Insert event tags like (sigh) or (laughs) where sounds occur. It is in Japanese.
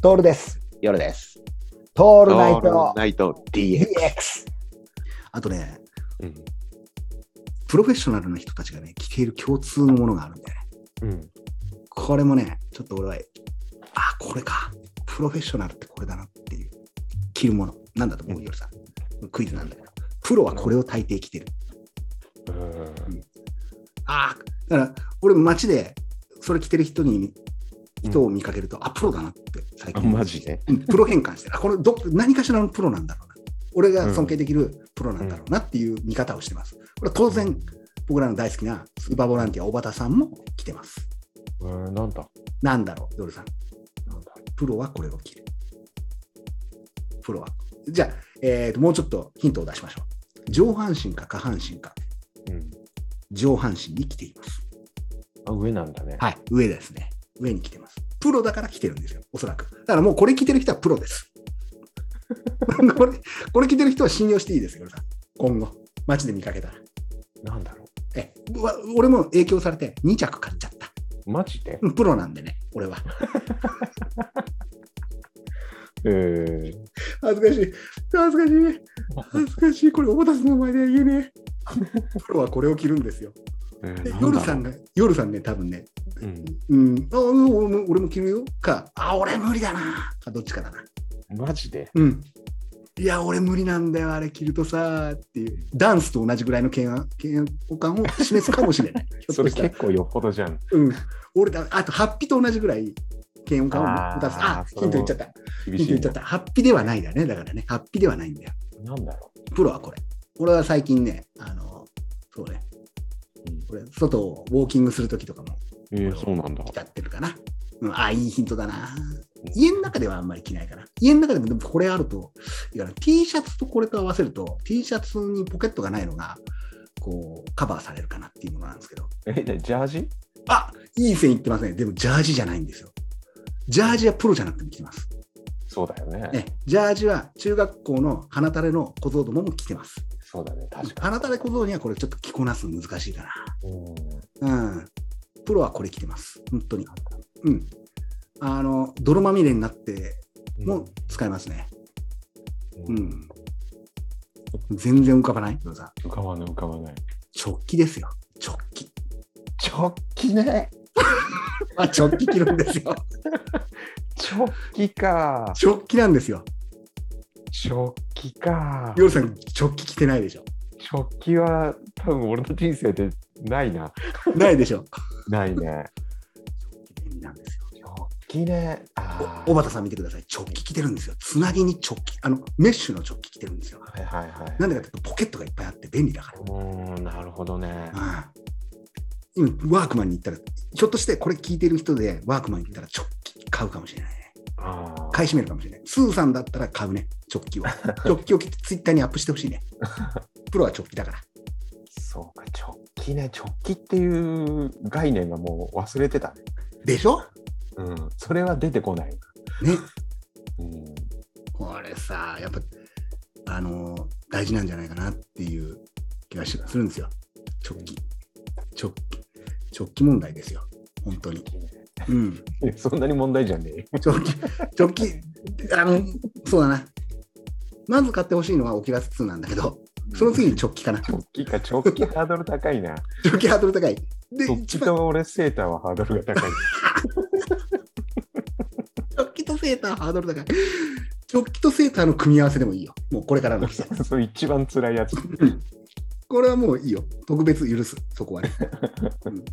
トールです。夜です。トオールナイトナイト DX。 DX。あとね、うん。プロフェッショナルな人たちがね、着ている共通のものがあるんだよね。うん。これもね、ちょっと俺は、あ、これか。プロフェッショナルってこれだなっていう。着るもの。なんだと思ううんよりさん。クイズなんだけど。プロはこれを大抵着てる。ああ、だから俺街でそれ着てる人に、人を見かけると、あ、プロだなって最あ近。マジでうんプロ変換してる。あ、これどっ、何かしらのプロなんだろうな。俺が尊敬できるプロなんだろうなっていう見方をしてます。これは当然、僕らの大好きなスーパーボランティア、小畑さんも着てます。うん、なんだなんだろう、夜さん。なんだプロはこれを着る。プロは。じゃあ、えーともうちょっとヒントを出しましょう。上半身か下半身か、うん。上半身に着ています。あ、上なんだね。はい、上ですね。上に着てます。プロだから着てるんですよ、おそらく。だからもうこれ着てる人はプロです。 (laughs) これこれ着てる人は信用していいですよ、夜さん。今後、街で見かけたら。なんだろえうわ俺も影響されて2着買っちゃった。うマジでうんプロなんでね、俺は。えー、恥ずかしい。恥ずかしい。恥ずかしい。これ、大田さんの前では言えねえ。プロはこれを着るんですよ。えでー夜さんが、夜さんね、多分ね、うん。うん、あうん俺も俺も着るよか、あ、俺無理だな。か、どっちかだな。マジでうん。いや、俺無理なんだよ、あれ着るとさ、っていう。ダンスと同じぐらいの嫌悪嫌悪感を示すかもし (laughs) れない。ひょっそとれしたら結構よっぽどじゃん。うん。俺だ、あと、ハッピーと同じぐらい嫌悪感を出す。あーあ、そヒれントも言っちゃった。ヒン厳トし言いっちゃねっ。た。ハッピーではないんだよね、だからね。ハッピーではないんだよ。なんだろプロはこれ。俺は最近ね、あの、そうねうん、これ、外をウォーキングするときとかもうえー、そうなんだ。使ってるかな。うん、ああ、いいヒントだな。家の中ではあんまり着ないかな。家の中でもでもこれあると、いや T シャツとこれと合わせると、T シャツにポケットがないのが、こう、カバーされるかなっていうものなんですけど。え、でジャージあいい線いってますね。でも、ジャージじゃないんですよ。ジャージはプロじゃなくても着てます。そうだよね。ね、ジャージは中学校の花垂れの小僧どもも着てます。そうだね、確かあなたで小僧にはこれちょっと着こなすの難しいかに。うんな。うん。プロはこれ着てます。本当に。うん。あの、泥まみれになっても使えますね。ううんん。全然浮かばないどうぞ浮かばない浮かばない。直帰ですよ。直帰。直帰ね。あ、直帰着るんですよ。 (laughs) 直帰か。直帰なんですよ。直帰か。ヨルさん、直帰着てないでしょ。直帰は多分俺の人生でないな。ないでし (laughs) ょ。ない直ね。帰便利なんですよ。直帰ね。あー小畑さん見てください。直帰着てるんですよ。つなぎに直帰。あの、メッシュの直帰着てるんですよ。はいはいはい。なんでかっていうと、ポケットがいっぱいあって便利だから。うーん、なるほどね。うん、今ワークマンに行ったら、ひょっとしてこれ聞いてる人で、ワークマンに行ったら直帰買うかもしれないね。あー買い占めるかもしれない。スーさんだったら買うね、直帰を。直帰をツイッターにアップしてほしいね。プロは直帰だから。そうか、直帰ね。直帰っていう概念がもう忘れてたね。でしょうん、それは出てこない。ね。うん、これさ、やっぱ、あのー大事なんじゃないかなっていう気がしするんですよ。直帰。直帰。直帰問題ですよ。本当に。うん。いやそんなに問題じゃねえよ。直帰、直帰、あの、そうだな。まず買ってほしいのはオキュラス2なんだけど、その次に直帰かな。直帰か、直帰ハードル高いな。直帰ハードル高い。で、直一帰番と俺セーターはハードルが高い。 (laughs) 直帰とセーターハードル高い。直帰とセーターの組み合わせでもいいよ。もうこれからの季節。それ一番辛いやつ。これはもういいよ。特別許す、そこはね。うん